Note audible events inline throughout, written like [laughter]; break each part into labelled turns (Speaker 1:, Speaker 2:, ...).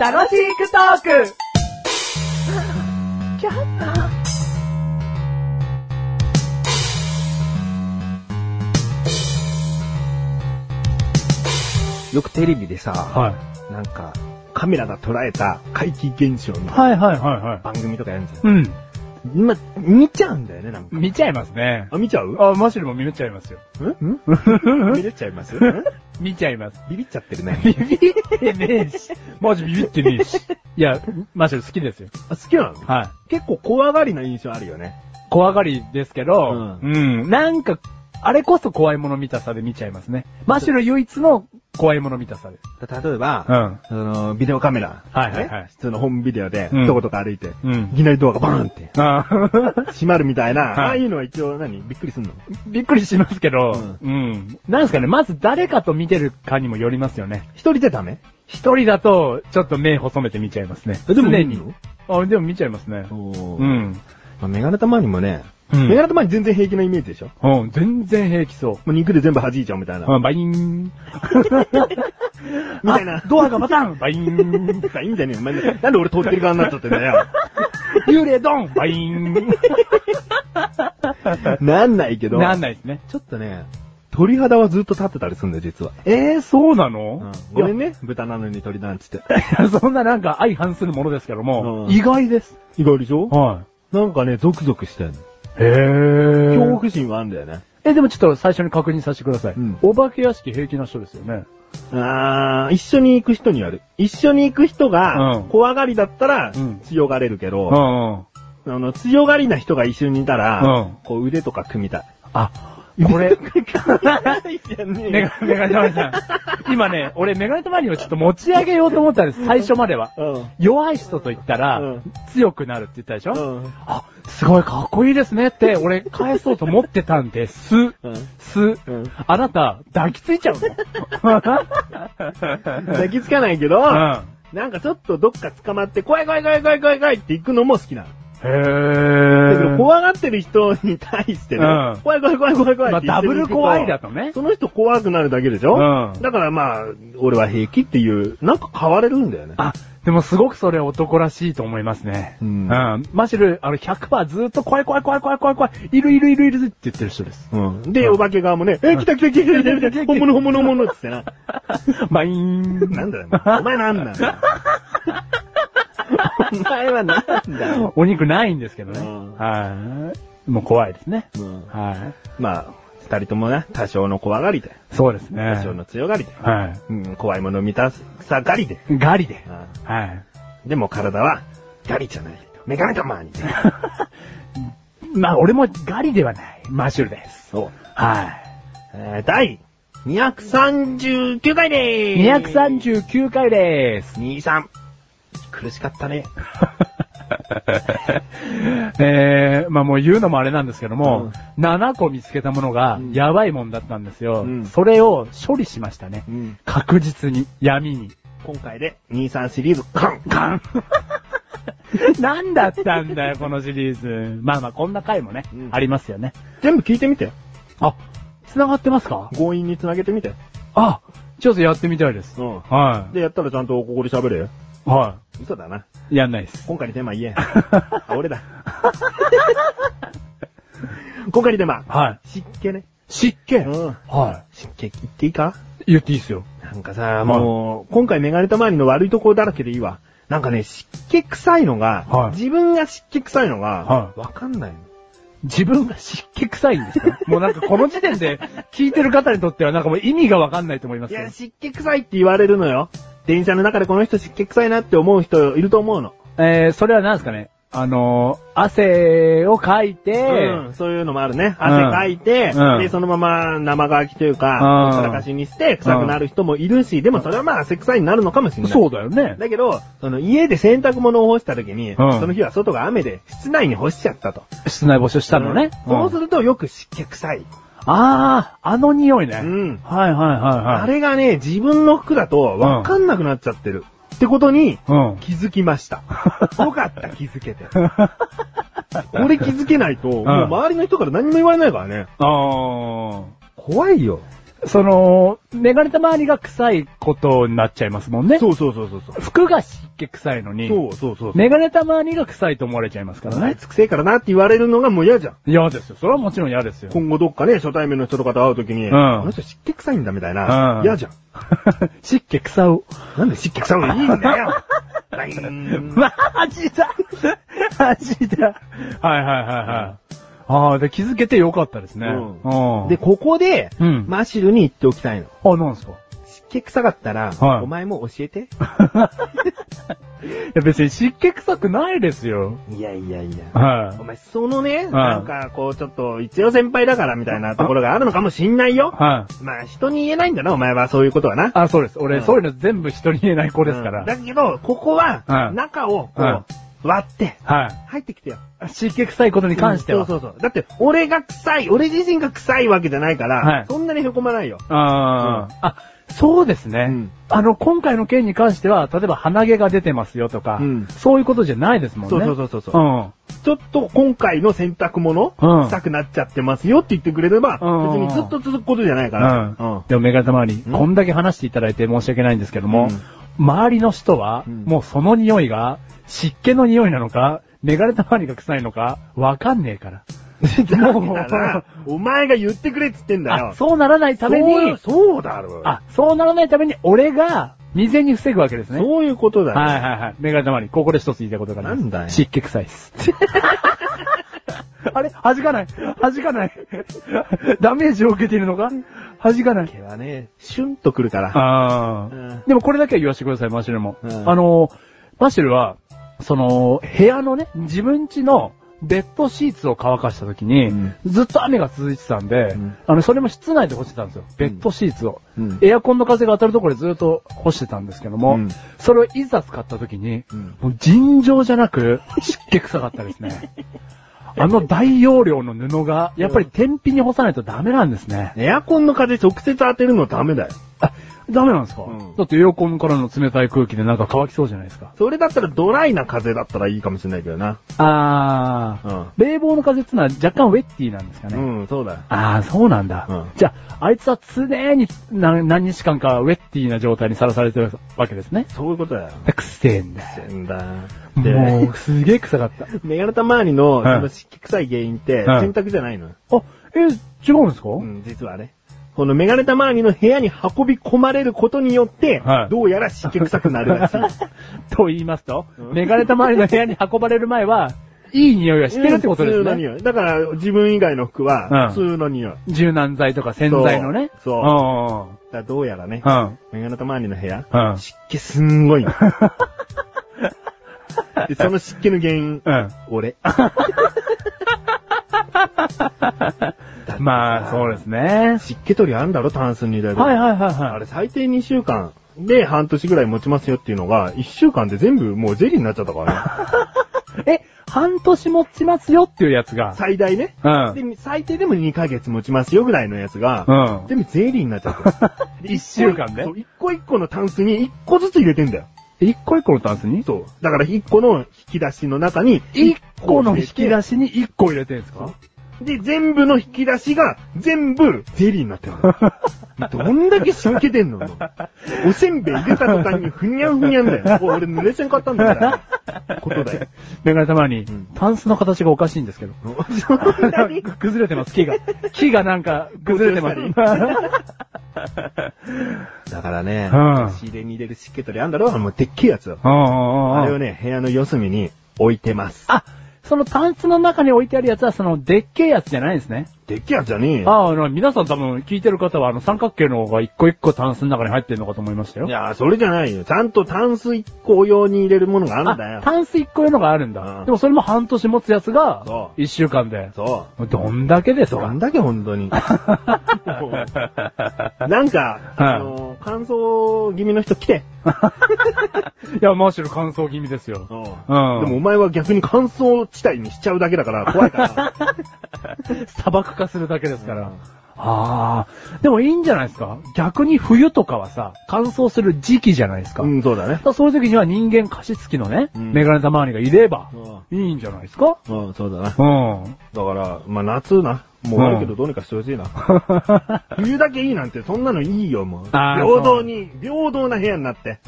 Speaker 1: 楽しくトーク
Speaker 2: よくテレビでさ、
Speaker 3: はい。
Speaker 2: なんか、カメラが捉えた怪奇現象の
Speaker 3: はいはいはいはい。
Speaker 2: 番組とかやるんじゃん。
Speaker 3: うん。
Speaker 2: ま、見ちゃうんだよね、なんか。
Speaker 3: 見ちゃいますね。
Speaker 2: あ、見ちゃうん
Speaker 3: あ、マシュルも見ちゃいますよ。
Speaker 2: ん見れちゃいますん
Speaker 3: 見ちゃいます。
Speaker 2: ビビっちゃってるね。
Speaker 3: [laughs] ビビってねえし。マジビビってねえし。いや、マシュル好きですよ。
Speaker 2: あ、好きなの
Speaker 3: はい。
Speaker 2: 結構怖がりな印象あるよね。
Speaker 3: 怖がりですけど、
Speaker 2: う
Speaker 3: うん。なんか、あれこそ怖いもの見たさで見ちゃいますね。マシュル唯一の怖いもの見たさで。
Speaker 2: 例えば、
Speaker 3: うん。
Speaker 2: その、ビデオカメラ。
Speaker 3: はいはいはい
Speaker 2: ね普通のホームビデオで、
Speaker 3: うん
Speaker 2: どことか歩いて、
Speaker 3: うん
Speaker 2: いきなりドアがバーンって、
Speaker 3: あ [laughs] ー
Speaker 2: 閉まるみたいな、
Speaker 3: い
Speaker 2: ああいうのは一応何びっくりすんの
Speaker 3: びっくりしますけど、
Speaker 2: う
Speaker 3: うん。なんですかね、まず誰かと見てるかにもよりますよね。
Speaker 2: 一人でダメ
Speaker 3: 一人だと、ちょっと目細めて見ちゃいますね。
Speaker 2: えでも
Speaker 3: 常
Speaker 2: 見
Speaker 3: に
Speaker 2: る。
Speaker 3: あ、でも見ちゃいますね。
Speaker 2: お
Speaker 3: う。ん。
Speaker 2: まあメガネたまにもね、
Speaker 3: うん
Speaker 2: メガネたまに全然平気なイメージでしょ
Speaker 3: うん、全然平気そ
Speaker 2: もう肉で全部弾いちゃうみたいな。
Speaker 3: う。うん、バイン。み
Speaker 2: みたいな。
Speaker 3: ドアがバタンバイン。
Speaker 2: [laughs] さ、いいんじゃねえよ。お前ねなんで俺通ってる側になっちゃってんだよ。
Speaker 3: 幽霊ドンバイン。
Speaker 2: [laughs] なんないけど。
Speaker 3: なんないですね。
Speaker 2: ちょっとね、鳥肌はずっと立ってたりするんだよ、実は。
Speaker 3: えー、そうな
Speaker 2: うん
Speaker 3: の、
Speaker 2: ごめんね、豚なのに鳥なんつって。
Speaker 3: いやそんななんか相反するものですけども、
Speaker 2: うん
Speaker 3: 意外です。
Speaker 2: 意外でしょ
Speaker 3: は
Speaker 2: なんかね、ゾクゾクしてんの。
Speaker 3: い。へえ。
Speaker 2: 恐怖心はあるんだよね。
Speaker 3: え、でもちょっと最初に確認させてください。
Speaker 2: うん
Speaker 3: お化け屋敷平気な人ですよね。
Speaker 2: あー、一緒に行く人による。一緒に行く人
Speaker 3: う
Speaker 2: が
Speaker 3: ん、
Speaker 2: 怖がりだったら
Speaker 3: うん、
Speaker 2: 強がれるけ
Speaker 3: う
Speaker 2: ど、
Speaker 3: んうん。
Speaker 2: あの、強がりな人が一緒にいた
Speaker 3: う
Speaker 2: ら
Speaker 3: ん、
Speaker 2: こう腕とか組み [laughs] たい。
Speaker 3: あ、
Speaker 2: [laughs]
Speaker 3: これ、 [laughs] メ
Speaker 2: ね
Speaker 3: ガ、メガネたまりさん。今ね、俺メガネたまりをちょっと持ち上げようと思ったんです、最初までは。
Speaker 2: うん。
Speaker 3: 弱い人と言ったら、
Speaker 2: うん
Speaker 3: 強くなるって言ったでしょ、
Speaker 2: うん。
Speaker 3: あ、すごいかっこいいですねって、俺返そうと思ってたんです。
Speaker 2: うん。
Speaker 3: す、
Speaker 2: ん
Speaker 3: あなた、抱きついちゃうの
Speaker 2: 抱きつかないけど、
Speaker 3: うん。
Speaker 2: なんかちょっとどっか捕まって、怖い怖い怖い怖い怖い怖いって行くのも好きなの。
Speaker 3: へ
Speaker 2: だけ
Speaker 3: ぇ
Speaker 2: ど怖がってる人に対してね、
Speaker 3: うん
Speaker 2: 怖い怖い怖い怖い怖いっ
Speaker 3: まあ、
Speaker 2: て言
Speaker 3: ダ
Speaker 2: って
Speaker 3: ブ
Speaker 2: る
Speaker 3: ル
Speaker 2: けど
Speaker 3: 怖いだとね。
Speaker 2: その人怖くなるだけでしょ、
Speaker 3: うん
Speaker 2: だからまあ、俺は平気っていう、なんか変われるんだよね。
Speaker 3: あ、でもすごくそれ男らしいと思いますね。
Speaker 2: う
Speaker 3: うんん。マシル、あの、100%ずっと怖い怖い怖い怖い怖い怖い、いるいるいるいるって言ってる人です。
Speaker 2: うん、で、お化け側もね、え、来た来た来た来た
Speaker 3: [laughs]
Speaker 2: 来た来た、本物本物本物ってな。
Speaker 3: バイーン。
Speaker 2: なんだよ、
Speaker 3: [laughs]
Speaker 2: お前なんなんだよ。お前はなんだよ。
Speaker 3: お肉ないんですけどね。
Speaker 2: うん
Speaker 3: はい。もう怖いですね。
Speaker 2: うん
Speaker 3: は
Speaker 2: まあ、二人ともね、多少の怖がりで、
Speaker 3: い。そうですね。
Speaker 2: 多少の強がりで、
Speaker 3: は
Speaker 2: うん、怖いもの見たさがりで、
Speaker 3: い。ガリで。
Speaker 2: うん
Speaker 3: はい。
Speaker 2: でも体は、ガリじゃない。メガネ玉に。
Speaker 3: まあ、俺もガリではない。マッシュルです。
Speaker 2: そう。
Speaker 3: はい。
Speaker 2: えー、第239回でーす。
Speaker 3: 239
Speaker 2: [laughs]
Speaker 3: 回です。
Speaker 2: 23。苦しかったね。
Speaker 3: えー、まあもう言うのもあれなんですけども、
Speaker 2: う
Speaker 3: 7個見つけたものが
Speaker 2: うん
Speaker 3: やばいもんだったんですよ。
Speaker 2: うん
Speaker 3: それを処理しましたね。
Speaker 2: うん
Speaker 3: 確実に、闇に。
Speaker 2: 今回で23シリーズ、カン
Speaker 3: ガン [laughs] 何だったんだよ、このシリーズ。まあまあ、こんな回もね、
Speaker 2: うん
Speaker 3: ありますよね。
Speaker 2: 全部聞いてみて。
Speaker 3: あ、繋がってますか
Speaker 2: 強引に繋げてみて。
Speaker 3: あ、ちょっとやってみたいです。
Speaker 2: うん。
Speaker 3: は
Speaker 2: で、やったらちゃんとここで喋れよ。
Speaker 3: い。は
Speaker 2: 嘘だな。
Speaker 3: い。やんないです。
Speaker 2: 今回のテーマ言え。あ、俺だ。 [laughs] 今回のテーマ、
Speaker 3: はい。
Speaker 2: 湿気ね。
Speaker 3: 湿気
Speaker 2: うん
Speaker 3: は
Speaker 2: 湿気言っていいか
Speaker 3: い。言っていいですよ。
Speaker 2: なんかさ、もう、今回メガネたまわりの悪いところだらけでいいわ。なんかね、湿気臭いのが、
Speaker 3: はい
Speaker 2: 自分が湿気臭いのが、わ
Speaker 3: は、
Speaker 2: かんないの。
Speaker 3: 自分が湿気臭いんですか [laughs] もうなんかこの時点で聞いてる方にとってはなんかもう意味がわかんないと思いま
Speaker 2: い
Speaker 3: すけど
Speaker 2: や、湿気臭いって言われるのよ。電車の中でこの人湿気臭いなって思う人いると思うの。
Speaker 3: えー、それは何ですかねあのー、汗をかいて、
Speaker 2: うん、そういうのもあるね。汗かいて、
Speaker 3: うん
Speaker 2: で、そのまま生乾きというか、
Speaker 3: うん
Speaker 2: ほったらかしにして臭くなる人もいるし、でもそれはまあ汗臭いになるのかもしれない。
Speaker 3: そうだよね。
Speaker 2: だけど、その家で洗濯物を干した時に、
Speaker 3: ん
Speaker 2: その日は外が雨で室内に干しちゃったと。
Speaker 3: 室内募集したのね。
Speaker 2: うんそうす
Speaker 3: る。
Speaker 2: るとよく湿気臭い。
Speaker 3: あー、あの匂いね。
Speaker 2: うん
Speaker 3: はいはいはいはい。
Speaker 2: あれがね、自分の服だとわかんなくなっちゃってる。ってことに、
Speaker 3: うん。
Speaker 2: 気づきま [laughs] した。よかった、気づけて。これ気づけないと、もう周りの人から何も言われないからね。
Speaker 3: あー。
Speaker 2: 怖いよ。
Speaker 3: その、メガネた周りが臭いことになっちゃいますもんね。
Speaker 2: そうそうそうそうそう。
Speaker 3: 服が湿気臭いのに、
Speaker 2: そうそうそうそう。
Speaker 3: メガネた周りが臭いと思われちゃいますから
Speaker 2: あい
Speaker 3: ね。
Speaker 2: つくせえからなって言われるのがもう嫌じゃん。
Speaker 3: 嫌ですよ。それはもちろん嫌ですよ。
Speaker 2: 今後どっかね、初対面の人とかと会うときに、
Speaker 3: うん
Speaker 2: あの人湿気臭いんだみたいな
Speaker 3: う。ん
Speaker 2: 嫌じゃん。
Speaker 3: [laughs] 湿気臭う。
Speaker 2: なんで湿気臭いのいいんだ [laughs] よ。ライン
Speaker 3: マジだ [laughs] マジだはいはいはいはい。ああ、で気づけてよかったですね。
Speaker 2: うん
Speaker 3: うん
Speaker 2: で、、ここで、
Speaker 3: うん
Speaker 2: マシルに言っておきたいの。
Speaker 3: あ、なんですか [laughs]
Speaker 2: 湿気臭かったら、
Speaker 3: はい
Speaker 2: お前も教え
Speaker 3: [laughs]
Speaker 2: て。
Speaker 3: いや別に湿気臭くないですよ。
Speaker 2: いやいやいや。
Speaker 3: はい
Speaker 2: お。前、そのね、
Speaker 3: ん
Speaker 2: なんか、こう、ちょっと、一応先輩だからみたいなところがあるのかもしんないよ。
Speaker 3: はい。
Speaker 2: まあ、人に言えないんだな、お前は、そういうことはな。
Speaker 3: あ、そうです。俺、
Speaker 2: うん
Speaker 3: そういうの全部人に言えない子ですから。
Speaker 2: うんだけど、ここは
Speaker 3: う、ん
Speaker 2: 中を、こ
Speaker 3: うん
Speaker 2: う、割って、
Speaker 3: は
Speaker 2: 入ってきてよ。
Speaker 3: い。湿気臭いことに関しては。
Speaker 2: うんそうそうそう。だって、俺が臭い、俺自身が臭いわけじゃないから、
Speaker 3: はい
Speaker 2: そんなに凹まないよ。
Speaker 3: あーあ、そうですね、
Speaker 2: うん
Speaker 3: あの、今回の件に関しては、例えば鼻毛が出てますよとか、
Speaker 2: うん
Speaker 3: そういうことじゃないですもんね。
Speaker 2: そうそうそうそうそう。
Speaker 3: ん。
Speaker 2: ちょっと今回の洗濯物、
Speaker 3: うん
Speaker 2: 臭くなっちゃってますよって言ってくれれば、
Speaker 3: うん
Speaker 2: 別にずっと続くことじゃないから。
Speaker 3: うん。でも、メガネたまに、
Speaker 2: うん
Speaker 3: こんだけ話していただいて申し訳ないんですけども、
Speaker 2: うん
Speaker 3: 周りの人は、
Speaker 2: うん
Speaker 3: もうその匂いが、湿気の匂いなのか、メガネたまにが臭いのか、わかんねえ
Speaker 2: [laughs]
Speaker 3: から。
Speaker 2: だ
Speaker 3: [laughs]
Speaker 2: から、お前が言ってくれっつってんだよ。
Speaker 3: あ、そうならないために、
Speaker 2: そうそうだろう。
Speaker 3: あ、そうならないために、俺が、未然に防ぐわけですね。
Speaker 2: そういうことだよ。
Speaker 3: はいはいはい。メガネたまに、ここで一つ言いたいことがあります
Speaker 2: なんだよ
Speaker 3: 湿気臭いっす。 [laughs] あれ弾かない弾かないダメージを受けているのか弾かない
Speaker 2: 毛はね、シュンとくるから。
Speaker 3: ああ、
Speaker 2: うん
Speaker 3: でもこれだけは言わせてください、マシュルも。
Speaker 2: うん
Speaker 3: あのー、マシュルは、その、部屋のね、自分家のベッドシーツを乾かした時に、
Speaker 2: うん
Speaker 3: ずっと雨が続いてたんで、
Speaker 2: うん
Speaker 3: あの、それも室内で干してたんですよ。ベッドシーツを。
Speaker 2: うん
Speaker 3: エアコンの風が当たるところでずっと干してたんですけども、
Speaker 2: うん
Speaker 3: それをいざ使った時に、
Speaker 2: うん
Speaker 3: もう尋常じゃなく湿気臭かったですね。
Speaker 2: [laughs]
Speaker 3: あの大容量の布が、やっぱり天日に干さないとダメなんですね。
Speaker 2: エアコンの風直接当てるのダメだよ。
Speaker 3: あ、ダメなんですか、
Speaker 2: うん
Speaker 3: だってエアコンからの冷たい空気でなんか乾きそうじゃないですか。
Speaker 2: それだったらドライな風だったらいいかもしれないけどな。
Speaker 3: あー、
Speaker 2: うん
Speaker 3: 冷房の風ってのは若干ウェッティなんですかね。
Speaker 2: うん、そうだよ。
Speaker 3: あー、そうなんだ。
Speaker 2: うん
Speaker 3: じゃあ、あいつは常に何何日間かウェッティな状態にさらされてるわけですね。
Speaker 2: そういうことだよ。
Speaker 3: くせえんだよ。
Speaker 2: せんだ。
Speaker 3: も
Speaker 2: で、
Speaker 3: う、すげえ臭かった。
Speaker 2: メガネた周りの、
Speaker 3: はい
Speaker 2: その湿気臭い原因って、
Speaker 3: はい
Speaker 2: 洗濯じゃないのよ。
Speaker 3: [laughs] あ、え、違うんですか、
Speaker 2: うん、実はね。このメガネた周りの部屋に運び込まれることによって、
Speaker 3: はい
Speaker 2: どうやら湿気臭くなるらしい。
Speaker 3: と言いますと、
Speaker 2: うん
Speaker 3: メガネた周りの部屋に運ばれる前 [laughs] は、いい匂いは [laughs] してるってことです
Speaker 2: 普通の
Speaker 3: ね。
Speaker 2: 匂い。だから、自分以外の服
Speaker 3: うん
Speaker 2: は、普通の匂い。だ
Speaker 3: 柔軟剤とか洗剤のね。
Speaker 2: そう
Speaker 3: そ
Speaker 2: からどうやらね、
Speaker 3: うん。うん。
Speaker 2: メガネた周りの部屋、
Speaker 3: うん。
Speaker 2: 湿気すん
Speaker 3: [laughs]
Speaker 2: ごいの。でその湿気の原因、
Speaker 3: うん。
Speaker 2: 俺。
Speaker 3: まあ、そうですね。
Speaker 2: 湿気取りあんだろ、タンスにだけど
Speaker 3: はいはいはい
Speaker 2: あ
Speaker 3: は
Speaker 2: れ
Speaker 3: い。
Speaker 2: 最低2週間で半年ぐらい持ちますよっていうのが、1週間で全部もうゼリーになっちゃったからね。
Speaker 3: え、半年持ちますよっていうやつが。
Speaker 2: 最大ね。
Speaker 3: うん。
Speaker 2: で、最低でも2ヶ月持ちますよぐらいのやつが、
Speaker 3: うん。
Speaker 2: 全部ゼリーになっちゃ [laughs] った。
Speaker 3: 一週間ね
Speaker 2: そう、一個一個のタンスに一個ずつ入れてんだよ。
Speaker 3: 一個一個のタンスに
Speaker 2: そう。だから一個の引き出しの中に、
Speaker 3: 一個の引き出
Speaker 2: し。
Speaker 3: しに一個入れてるんですか
Speaker 2: で、全部の引き出しが、全部、ゼリーになってるんだよ。 [laughs] どんだけ湿気出んのおせんべい入れた途端に、ふにゃんふにゃんだ [laughs] よ。お俺濡れせんかったんだから。ことだよ。
Speaker 3: メガネたまに
Speaker 2: ん、
Speaker 3: タンスの形がおかしいんですけど。
Speaker 2: そんなに
Speaker 3: [laughs] 崩れてます、木が。木がなんか、崩れて
Speaker 2: [laughs]
Speaker 3: ます。
Speaker 2: だからね、
Speaker 3: うん
Speaker 2: 仕入れに入れる湿気取りあんだろもうでっけえやつよ。あ
Speaker 3: あ
Speaker 2: れをね、部屋の四隅に置いてます。
Speaker 3: あ、そのタンスの中に置いてあるやつは、その、でっけえやつじゃないんですね。
Speaker 2: でっけえやつじゃねえよ。
Speaker 3: ああ、あの、皆さん多分聞いてる方は、あの、三角形の方が一個一個タンスの中に入ってるのかと思いましたよ。
Speaker 2: いや、それじゃないよ。ちゃんとタンス1個用に入れるものがあるんだよ
Speaker 3: あ。タンス一個いうのがあるんだ。
Speaker 2: うん
Speaker 3: でもそれも半年持つやつが
Speaker 2: そ、う
Speaker 3: 一週間で。
Speaker 2: そ
Speaker 3: どんだけです
Speaker 2: う。な
Speaker 3: か
Speaker 2: んだけ本
Speaker 3: [laughs]
Speaker 2: 当に。もうなんか、あの乾燥気味の人来て。
Speaker 3: いや、マーシュル乾燥気味ですよ。うん
Speaker 2: でもお前は逆に乾
Speaker 3: [laughs]
Speaker 2: 燥地帯にしちゃうだけだから怖いから。
Speaker 3: 砂漠化するだけですから。ああ。でもいいんじゃないですか逆に冬とかはさ、乾燥する時期じゃないですか。
Speaker 2: うん、そうだね
Speaker 3: だ。からそういう時には人間加湿器のね、
Speaker 2: うん
Speaker 3: メガネたまわりがいれば、
Speaker 2: う
Speaker 3: いいんじゃないですか
Speaker 2: ん、そうだな。
Speaker 3: うん。 [laughs]
Speaker 2: だから、まあ夏な。もうあるけどどうにかしてほしいな。冬だけいいなんてそんなのいいよ、もう。
Speaker 3: あー
Speaker 2: 平等に、平等な部屋になっ
Speaker 3: [laughs]
Speaker 2: て。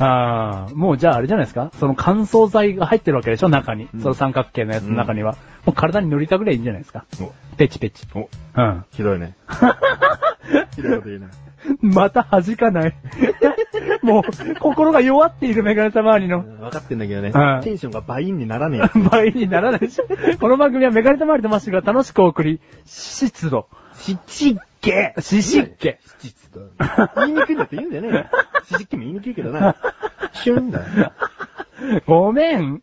Speaker 3: ああ、もうじゃああれじゃないですかその乾燥剤が入ってるわけでしょ中に。
Speaker 2: うん
Speaker 3: その三角形のやつの中には。もう体に塗りたくりゃいいんじゃないですかペチペチ。
Speaker 2: お、お、
Speaker 3: うん。 [laughs]
Speaker 2: ひどいね。ひどいこと言うね。
Speaker 3: また弾かない。 [laughs] もう、心が弱っているメガネたまわりの。
Speaker 2: 分かってんだけどね
Speaker 3: うん。
Speaker 2: テンションが倍にならね
Speaker 3: 倍にならないし。この番組はメガネたまわりとマッシュが楽しくお送り、湿度。
Speaker 2: え。しちっけ
Speaker 3: ししっけ。
Speaker 2: しちっだ。言いにくいんだ
Speaker 3: [laughs]
Speaker 2: って言うんだよね。しちっけも言いにくいけどな。しゅんだよ。
Speaker 3: ごめん。